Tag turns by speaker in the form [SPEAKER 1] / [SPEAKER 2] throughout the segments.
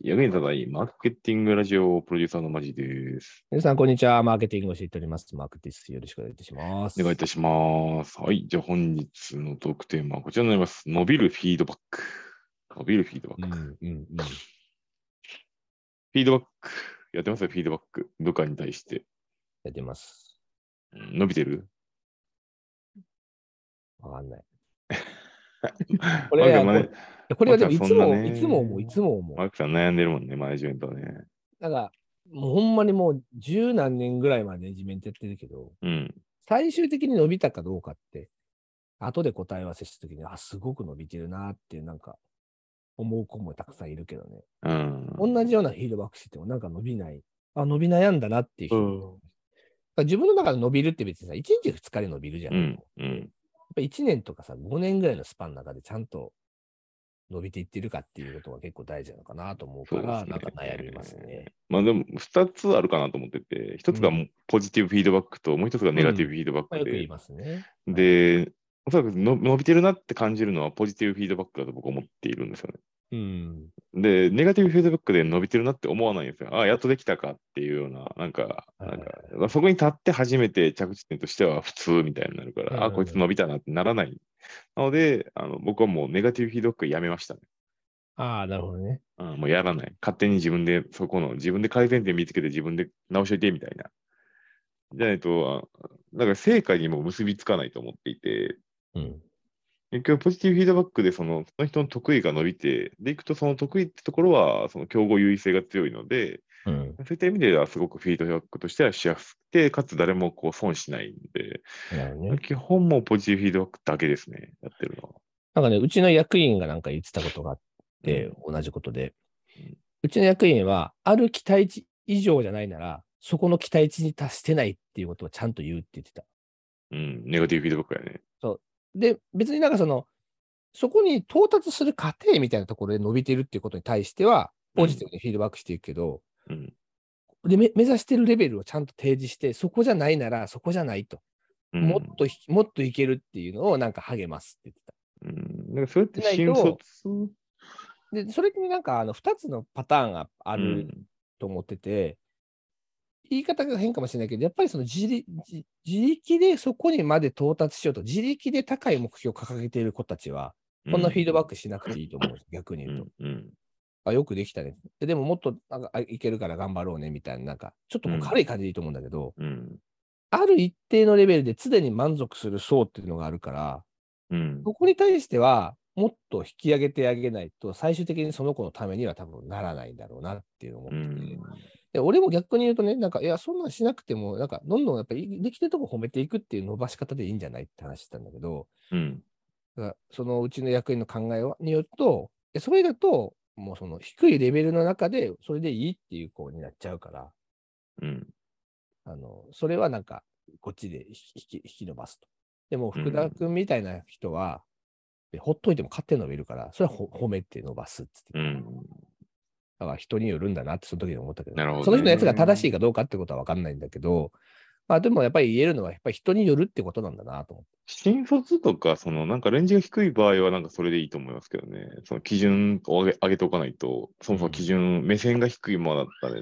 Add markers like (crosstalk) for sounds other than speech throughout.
[SPEAKER 1] 役に立たないマーケティングラジオプロデューサーのマジです。
[SPEAKER 2] 皆さん、こんにちは。マーケティングを教えております。マークティス。よろしくお願いいたします。
[SPEAKER 1] お願いいたします。はい。じゃあ本日のトークテーマはこちらになります。伸びるフィードバック。伸びるフィードバッ
[SPEAKER 2] う
[SPEAKER 1] ク。
[SPEAKER 2] ん
[SPEAKER 1] フ
[SPEAKER 2] うんうん。
[SPEAKER 1] ィードバック。やってますよ、フィードバック。部下に対して。
[SPEAKER 2] やってます。
[SPEAKER 1] うん伸びてる
[SPEAKER 2] わかんない。い
[SPEAKER 1] こ
[SPEAKER 2] (laughs) これ
[SPEAKER 1] マーク
[SPEAKER 2] やこれはでも、い
[SPEAKER 1] まあ
[SPEAKER 2] つも、
[SPEAKER 1] そんなね
[SPEAKER 2] いつも思う、いつも思
[SPEAKER 1] マークさん悩んでるもんね、マネジメントはね。
[SPEAKER 2] う。なんか、もうほんまにもう十何年ぐらいまで地面ってやってるけど、
[SPEAKER 1] うん。
[SPEAKER 2] 最終的に伸びたかどうかって、後で答え合わせしたときに、あ、すごく伸びてるなっていう、なんか、思う子もたくさんいるけどね。
[SPEAKER 1] うん。
[SPEAKER 2] 同じようなフィードバックしてても、なんか伸びない。あ、伸び悩んだなっていう人。
[SPEAKER 1] うん
[SPEAKER 2] だから自分の中で伸びるって別にさ、1日2日で伸びるじゃん。
[SPEAKER 1] う
[SPEAKER 2] やっ
[SPEAKER 1] ん。うん。
[SPEAKER 2] ぱ1年とかさ、5年ぐらいのスパンの中でちゃんと伸びていってるかっていうことが結構大事なのかなと思うから、
[SPEAKER 1] そ
[SPEAKER 2] な
[SPEAKER 1] うんで
[SPEAKER 2] か
[SPEAKER 1] すね
[SPEAKER 2] 悩みます
[SPEAKER 1] (laughs)
[SPEAKER 2] ね。
[SPEAKER 1] まあでも、二つあるかなと思ってて、一つが
[SPEAKER 2] うん
[SPEAKER 1] もうポジティブフィードバックと、もう一つがネガティブフィードバッ
[SPEAKER 2] ま
[SPEAKER 1] ク
[SPEAKER 2] あ、よく
[SPEAKER 1] で、
[SPEAKER 2] 言いますね。はい
[SPEAKER 1] で、おそらくの伸びてるなって感じるのはポジティブフィードバックだと僕思っているんですよ
[SPEAKER 2] うん。
[SPEAKER 1] ね。で、ネガティブフィードバックで伸びてるなって思わないんですよ。ああ、やっとできたかっていうような、なんか、な
[SPEAKER 2] はいはい
[SPEAKER 1] んかまあそこに立って初めて着地点としては普通みたいになるか
[SPEAKER 2] うんうん
[SPEAKER 1] ら、ああ、こいつ伸びたなってならない。なので、あの僕はもうネガティブフィードバックやめましたね。
[SPEAKER 2] ああ、なるほどね。
[SPEAKER 1] うん、もうやらない。勝手に自分で、そこの、自分で改善点見つけて自分で直しといてみたいな。じゃないと、あなんか成果にも結びつかないと思っていて、
[SPEAKER 2] うん。
[SPEAKER 1] 結局、ポジティブフィードバックでその、その人の得意が伸びて、で、いくとその得意ってところは、その競合優位性が強いので、
[SPEAKER 2] うん。
[SPEAKER 1] そういった意味ではすごくフィードバックとしてはしやすくて、かつ誰もこう損しないんで、
[SPEAKER 2] なるほどね。
[SPEAKER 1] 基本もうポジティブフィードバックだけですね、やってるのは。
[SPEAKER 2] なんかね、うちの役員がなんか言ってたことがあって、同じことで
[SPEAKER 1] うん、
[SPEAKER 2] うちの役員は、ある期待値以上じゃないなら、そこの期待値に達してないっていうことをちゃんと言うって言ってた。
[SPEAKER 1] うん、ネガティブフィードバックやね。
[SPEAKER 2] で、別になんかその、そこに到達する過程みたいなところで伸びてるっていうことに対しては、ポジティブにフィードバックしていくけど、
[SPEAKER 1] うん。
[SPEAKER 2] でめ目指してるレベルをちゃんと提示して、そこじゃないなら、そこじゃないと。
[SPEAKER 1] うん、
[SPEAKER 2] もっとひ、もっといけるっていうのをなんか励ますって言ってた。
[SPEAKER 1] うん、なんかそれって
[SPEAKER 2] しない
[SPEAKER 1] 新
[SPEAKER 2] と
[SPEAKER 1] 卒
[SPEAKER 2] で、それってなんかあの2つのパターンがあ
[SPEAKER 1] あ
[SPEAKER 2] ると思ってて、言い方が変かもしれないけど、やっぱりその自力自自力でそこにまで到達しようと、自力で高い目標を掲げている子たちは、こんなフィードバックしなくていいと思う、逆に
[SPEAKER 1] ク
[SPEAKER 2] 言うと。
[SPEAKER 1] うん。
[SPEAKER 2] あ、よくできたね。ででももっとなんかあいけるから頑張ろうねみたいな、なんか、ちょっとこう
[SPEAKER 1] うん
[SPEAKER 2] 軽い感じでいいと思うんだけど、
[SPEAKER 1] うん。
[SPEAKER 2] ある一定のレベルで常に満足する層っていうのがあるから、
[SPEAKER 1] うん。
[SPEAKER 2] ここに対しては、もっと引き上げてあげないと、最終的にその子のためには多分ならないんだろうなっていうのを思って
[SPEAKER 1] う
[SPEAKER 2] て、
[SPEAKER 1] ん。
[SPEAKER 2] で俺も逆に言うとね、なんか、いや、そんなんしなくても、なんか、どんどんやっぱりできてるとこ褒めていくっていう伸ばし方でいいんじゃないって話してたんだけど、
[SPEAKER 1] うん。
[SPEAKER 2] だからそのうちの役員の考えはによると、いやそれだと、もうその低いレベルの中で、それでいいっていう子になっちゃうから、
[SPEAKER 1] うん。
[SPEAKER 2] あの、それはなんか、こっちで引き引き引き伸ばすと。でも、
[SPEAKER 1] うん
[SPEAKER 2] 福田君みたいな人は、でほっといても勝手に伸びるから、それはほ褒めて伸ばすっつって。
[SPEAKER 1] うん。
[SPEAKER 2] だから人によるんだなってその時に思ったけど、
[SPEAKER 1] なるほどね
[SPEAKER 2] その人のやつが正しいかどうかってことは分かんないんだけど、まあでもやっぱり言えるのは、やっぱり人によるってことなんだなと思って。
[SPEAKER 1] 新卒とか、そのなんかレンジが低い場合は、なんかそれでいいと思いますけどね。その基準を上げ上げておかないと、そもそも基準、目線が低いままだったら、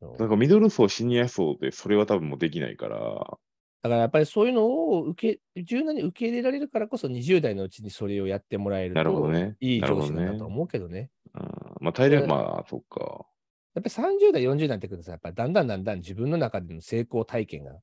[SPEAKER 2] そう
[SPEAKER 1] なんかミドル層、シニア層で、それは多分もうできないから、
[SPEAKER 2] だからやっぱりそういうのを受け柔軟に受け入れられるからこそ、20代のうちにそれをやってもらえる
[SPEAKER 1] なるほど
[SPEAKER 2] と、
[SPEAKER 1] ね。
[SPEAKER 2] いい上
[SPEAKER 1] な
[SPEAKER 2] 司なん
[SPEAKER 1] るほ
[SPEAKER 2] だ
[SPEAKER 1] ど
[SPEAKER 2] と
[SPEAKER 1] ね
[SPEAKER 2] 思うけどね。
[SPEAKER 1] うん、まあ、大量、
[SPEAKER 2] うん
[SPEAKER 1] まあ、そっか。
[SPEAKER 2] やっぱり30代、40代になってくるとさ、やっぱりだんだんだんだん自分の中での成功体験が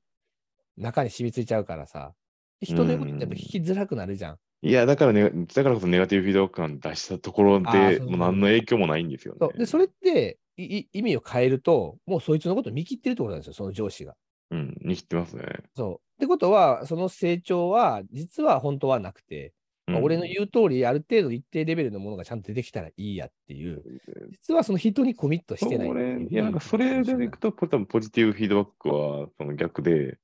[SPEAKER 2] 中に染みついちゃうからさ、人のことってやっぱ引きづらくなるじゃん。
[SPEAKER 1] いや、だからね、だからこそネガティブフィードバックなんて出したところ
[SPEAKER 2] あーそう
[SPEAKER 1] で、
[SPEAKER 2] そう
[SPEAKER 1] もう何の影響もないんですよね。
[SPEAKER 2] そうでそれっていい意味を変えると、もうそいつのことを見切ってるってことなんですよ、その上司が。
[SPEAKER 1] うん、に切ってますね。
[SPEAKER 2] そう。ってことは、その成長は、実は本当はなくて、まあ俺の
[SPEAKER 1] うん
[SPEAKER 2] 言う通り、ある程度一定レベルのものがちゃんと出てきたらいいやっていう、実はその人にコミットしてないっ
[SPEAKER 1] そ
[SPEAKER 2] て
[SPEAKER 1] れ
[SPEAKER 2] う。
[SPEAKER 1] いや、なんかそれでいくと、これ多分ポジティブフィードバックはその逆で、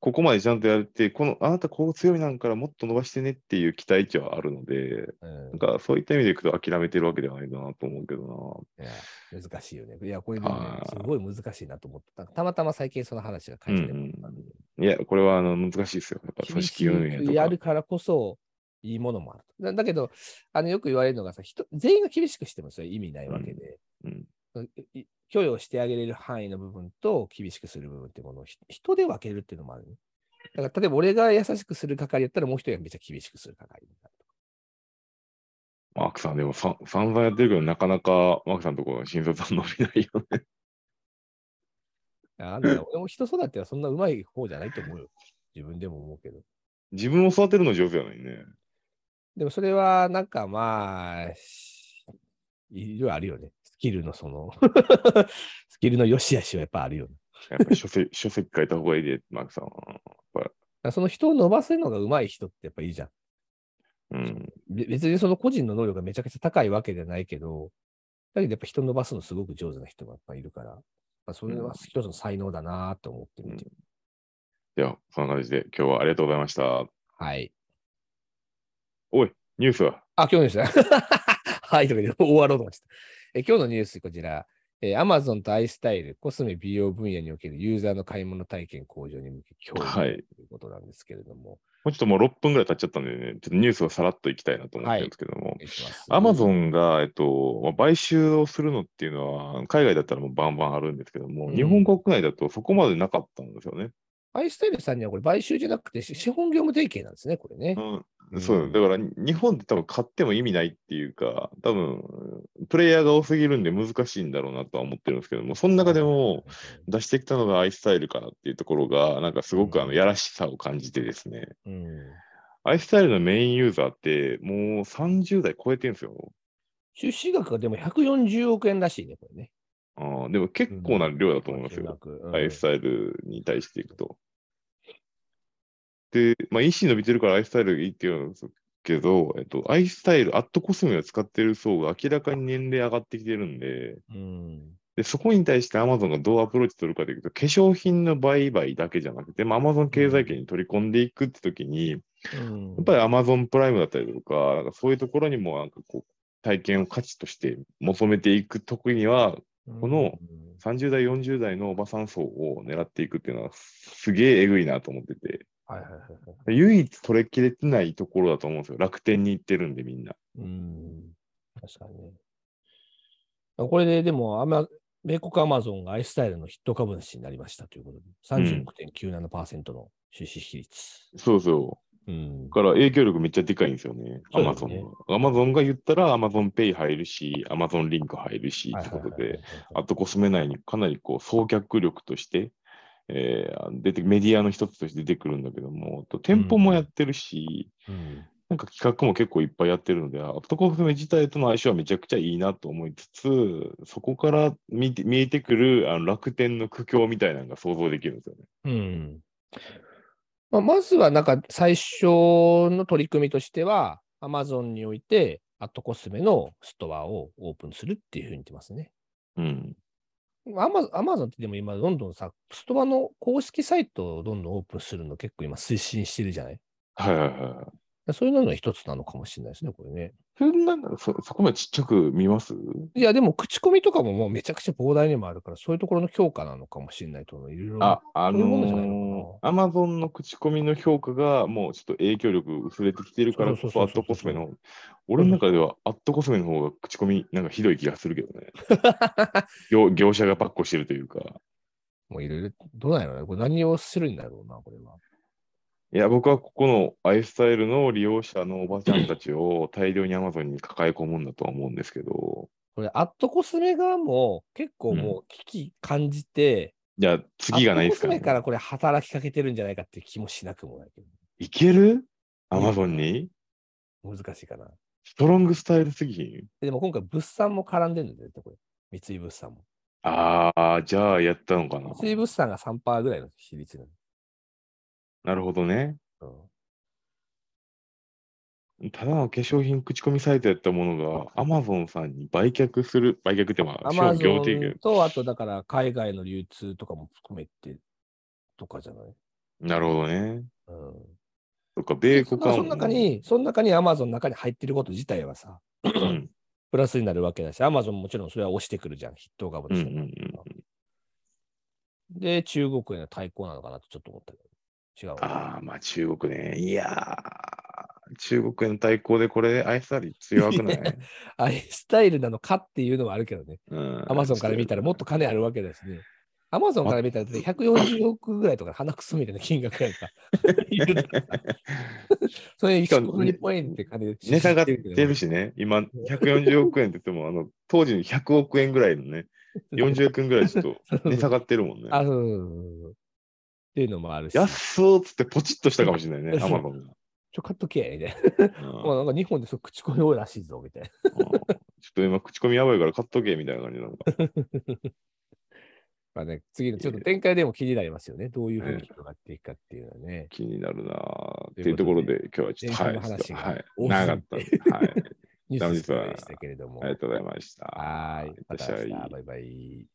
[SPEAKER 1] ここまでちゃんとやれて、このあなたこう強いなんからもっと伸ばしてねっていう期待値はあるので、
[SPEAKER 2] うん
[SPEAKER 1] なんかそういった意味でいくと諦めてるわけではないなと思うけど
[SPEAKER 2] いや難しいよね。いや、これでもね
[SPEAKER 1] あー
[SPEAKER 2] すごい難しいなと思ってた。たまたま最近その話が会社でもあったんで、
[SPEAKER 1] な。いや、これはあの難しいですよ。やっぱ
[SPEAKER 2] 厳
[SPEAKER 1] 組
[SPEAKER 2] し
[SPEAKER 1] 織運営と
[SPEAKER 2] くや
[SPEAKER 1] か。
[SPEAKER 2] るからこそ、いいものもあると。だだけど、あのよく言われるのがさ、人全員が厳しくしてもそれ意味ないわけで、いい許容してあげれる範囲の部分と厳しくする部分ってものをひ人で分けるっていうのもある、ね。だから例えば俺が優しくする係やったらもう一人がめっちゃ厳しくする係になるとか。
[SPEAKER 1] マークさん、でもさ散々やってるけど、なかなかマークさんのところの新卒は伸びないよね。
[SPEAKER 2] いやなんだろう俺も人育てはそんな上手い方じゃないと思うよ。自分でも思うけど。
[SPEAKER 1] 自分を育てるの上手やのにね。
[SPEAKER 2] でもそれはなんかまあ、しいろいろあるよね。スキルのその、 (laughs) スキルの良し悪しはやっぱあるよね。
[SPEAKER 1] やっぱり書籍 (laughs) 書籍書いた方がいいで、マークさんは。
[SPEAKER 2] だからその人を伸ばせるのが上手い人ってやっぱいいじゃん。
[SPEAKER 1] うん。
[SPEAKER 2] べ別にその個人の能力がめちゃくちゃ高いわけじゃないけど、だけどやっぱ人伸ばすのすごく上手な人がやっぱいるから、まあ、それは一つの才能だなと思って見てる、
[SPEAKER 1] では、そんな感じで、今日はありがとうございました。
[SPEAKER 2] はい。
[SPEAKER 1] ニュースは
[SPEAKER 2] あ、今日のニュースだ。はい、とか言って終わろうと思ってた。え今日のニュース、こちら。えー Amazon とアイスタイル、コスメ美容分野におけるユーザーの買い物体験向上に向け、今日
[SPEAKER 1] はい
[SPEAKER 2] ということなんですけれども、
[SPEAKER 1] もうちょっともう6分ぐらい経っちゃったんでね、ちょっとニュースをさらっといきたいなと思ってるんですけども、
[SPEAKER 2] お願いします。
[SPEAKER 1] アマゾンが、えっと、まあ買収をするのっていうのは、海外だったらもうバンバンあるんですけども、
[SPEAKER 2] うん
[SPEAKER 1] 日本国内だとそこまでなかったんですよね。
[SPEAKER 2] アイスタイルさんにはこれ、買収じゃなくて、し資本業務提携なんですね、これね。
[SPEAKER 1] うん、そうだから日本って多分買っても意味ないっていうか、多分プレイヤーが多すぎるんで難しいんだろうなとは思ってるんですけども、その中でも出してきたのがアイスタイルかなっていうところが、なんかすごくあ
[SPEAKER 2] う
[SPEAKER 1] の
[SPEAKER 2] ん
[SPEAKER 1] やらしさを感じてですね、
[SPEAKER 2] うん、
[SPEAKER 1] アイスタイルのメインユーザーってもう30代超えてるんですよ。
[SPEAKER 2] 出資額がでも140億円らしいね、これね。
[SPEAKER 1] あーでも結構な量だと思いますよ。
[SPEAKER 2] うん
[SPEAKER 1] アイスタイルに対していくと。で、まあ、EC 伸びてるからアイスタイルがいいっていうのですけど、えっと、アイスタイル、アットコスメを使ってる層が明らかに年齢上がってきてるんで、
[SPEAKER 2] うん
[SPEAKER 1] でそこに対して Amazon がどうアプローチするかというと、化粧品の売買だけじゃなくて、まあ、Amazon 経済圏に取り込んでいくって時に、や
[SPEAKER 2] うん
[SPEAKER 1] っぱり Amazon プライムだったりとか、なんかそういうところにもなんかこう、体験を価値として求めていく時には、この
[SPEAKER 2] うん
[SPEAKER 1] 30代、40代のおばさん層を狙っていくっていうのは、すげええぐいなと思ってて、
[SPEAKER 2] はいはいはいはい
[SPEAKER 1] 唯一取れきれてないところだと思うんですよ。楽天に行ってるんで、みんな。
[SPEAKER 2] うん確かにね。これで、でも、アマ米国アマゾンがアイスタイルのヒット株主になりましたということで、36.97%の出資比率。
[SPEAKER 1] そうそう。
[SPEAKER 2] うん
[SPEAKER 1] だから影響力めっちゃでかいんですよね、ア
[SPEAKER 2] そう
[SPEAKER 1] マ
[SPEAKER 2] で
[SPEAKER 1] ゾ
[SPEAKER 2] すね
[SPEAKER 1] ンアマゾンが言ったら、アマゾンペイ入るし、アマゾンリンク入るし、
[SPEAKER 2] はい
[SPEAKER 1] とい
[SPEAKER 2] は
[SPEAKER 1] う
[SPEAKER 2] い
[SPEAKER 1] こ
[SPEAKER 2] はいは
[SPEAKER 1] と
[SPEAKER 2] いはい
[SPEAKER 1] で、あとコスメ内にかなりこう、送客力として、えー出てメディアの一つとして出てくるんだけども、あと店舗もやってるし、
[SPEAKER 2] うん
[SPEAKER 1] なんか企画も結構いっぱいやってるので、アプトコフメ自体との相性はめちゃくちゃいいなと思いつつ、そこから見て見えてくるあの楽天の苦境みたいなのが想像できるんですよね。
[SPEAKER 2] うんまあ、まずは、なんか最初の取り組みとしては、アマゾンにおいて、アットコスメのストアをオープンするっていうふうに言ってますね。
[SPEAKER 1] うん。
[SPEAKER 2] アマアマゾンってでも今、どんどんさ、ストアの公式サイトをどんどんオープンするの結構今推進してるじゃない
[SPEAKER 1] はいはいはい。
[SPEAKER 2] そういうのが一つなのかもしれないですね、これね。
[SPEAKER 1] そんなそそこまでちっちゃく見ます
[SPEAKER 2] いや、でも口コミとかももうめちゃくちゃ膨大にもあるから、そういうところの強化なのかもしれないと思う。いろいろ。
[SPEAKER 1] あ、あ
[SPEAKER 2] そういうものじゃないの
[SPEAKER 1] のアマゾンの口コミの評価がもうちょっと影響力薄れてきてるからこそ、
[SPEAKER 2] そう
[SPEAKER 1] アッ
[SPEAKER 2] そうそうそう
[SPEAKER 1] トコスメの、俺の中ではアットコスメの方が口コミなんかひどい気がするけど
[SPEAKER 2] (laughs)
[SPEAKER 1] ね。業業者がばっこしてるというか。
[SPEAKER 2] もういろいろ、どうなんやろうね。これ何をするんだろうな、これは。
[SPEAKER 1] いや、僕はここのアイスタイルの利用者のおばちゃんたちを大量に Amazon に抱え込むんだとは思うんですけど、
[SPEAKER 2] これ、アットコスメ側も結構もう危機感じて、
[SPEAKER 1] じゃあ次がないですか
[SPEAKER 2] アットコ
[SPEAKER 1] ね
[SPEAKER 2] スメ。からこれ働きかけてるんじゃないかっていう気もしなくもないけ
[SPEAKER 1] いける
[SPEAKER 2] うん
[SPEAKER 1] ?Amazon に
[SPEAKER 2] ど、難しいかな。
[SPEAKER 1] ストロングスタイルすぎひん
[SPEAKER 2] でも今回、物産も絡んでるんだよね、これ。三井物産も。
[SPEAKER 1] ああ、じゃあやったのかな。
[SPEAKER 2] 三井物産が3%ぐらいの比率な
[SPEAKER 1] なるほどね。
[SPEAKER 2] の。うん
[SPEAKER 1] ただの化粧品口コミサイトやったものが Amazon さんに売却する、売却ってまあ、
[SPEAKER 2] アマゾ
[SPEAKER 1] 業提
[SPEAKER 2] ン
[SPEAKER 1] 携。
[SPEAKER 2] と、あとだから海外の流通とかも含めてとかじゃない、
[SPEAKER 1] なるほどね。
[SPEAKER 2] うん、
[SPEAKER 1] そっか、米
[SPEAKER 2] そ
[SPEAKER 1] 国
[SPEAKER 2] のその中に、その中にアマゾンの中に入ってること自体はさ、
[SPEAKER 1] うん
[SPEAKER 2] プラスになるわけだし、アマゾンもちろんそれは押してくるじゃん、筆頭株主になるから
[SPEAKER 1] う
[SPEAKER 2] で、中国への対抗なのかなとちょっと思ったけど、違う。
[SPEAKER 1] ああ、まあ中国ね。いや中国への対抗でこれ、アイスラリー強く
[SPEAKER 2] (laughs)
[SPEAKER 1] ない
[SPEAKER 2] あれスタイルなのかっていうのはあるけどね。
[SPEAKER 1] うん
[SPEAKER 2] アマゾンから見たらもっと金あるわけですね。アマゾンから見たらだって140億ぐらいとか鼻くそみたいな金額やんか。 (laughs) 言うたらさそれ、
[SPEAKER 1] しか
[SPEAKER 2] 1
[SPEAKER 1] も
[SPEAKER 2] 億日本円って金
[SPEAKER 1] 値下がってるしね、今、140億円って言っても、あの当時の100億円ぐらいのね、40億円ぐらい
[SPEAKER 2] (laughs)
[SPEAKER 1] ちょっと値下がってるもんね。
[SPEAKER 2] あ、そうそうそうそうっていうのもあるし。
[SPEAKER 1] 安っそうっつってポチッとしたかもしれないね、
[SPEAKER 2] そ
[SPEAKER 1] ア
[SPEAKER 2] う
[SPEAKER 1] マゾンが。
[SPEAKER 2] ちょ、買っとけみたいな。
[SPEAKER 1] うん
[SPEAKER 2] まあなんか日本でそう口コミ多いらしいぞ、みたいな。
[SPEAKER 1] うんちょっと今、口コミやばいから買っとけみたいな感じなのか。
[SPEAKER 2] まあね、次のちょっと展開でも気になりますよね。どういうふうに広がっていくかっていうのはね。
[SPEAKER 1] 気になるなあっていうところで、今日はちょっと、
[SPEAKER 2] 前
[SPEAKER 1] は
[SPEAKER 2] 半の
[SPEAKER 1] い、ち
[SPEAKER 2] 話
[SPEAKER 1] ょっ
[SPEAKER 2] が
[SPEAKER 1] とはい、
[SPEAKER 2] 多すぎて
[SPEAKER 1] 長かったんで。はい。
[SPEAKER 2] ニュース
[SPEAKER 1] ダメですわ
[SPEAKER 2] でしたけれども。
[SPEAKER 1] ありがとうございました。
[SPEAKER 2] はーい。ま
[SPEAKER 1] いら
[SPEAKER 2] た
[SPEAKER 1] っしゃ
[SPEAKER 2] 明
[SPEAKER 1] い
[SPEAKER 2] 日。バイバイ。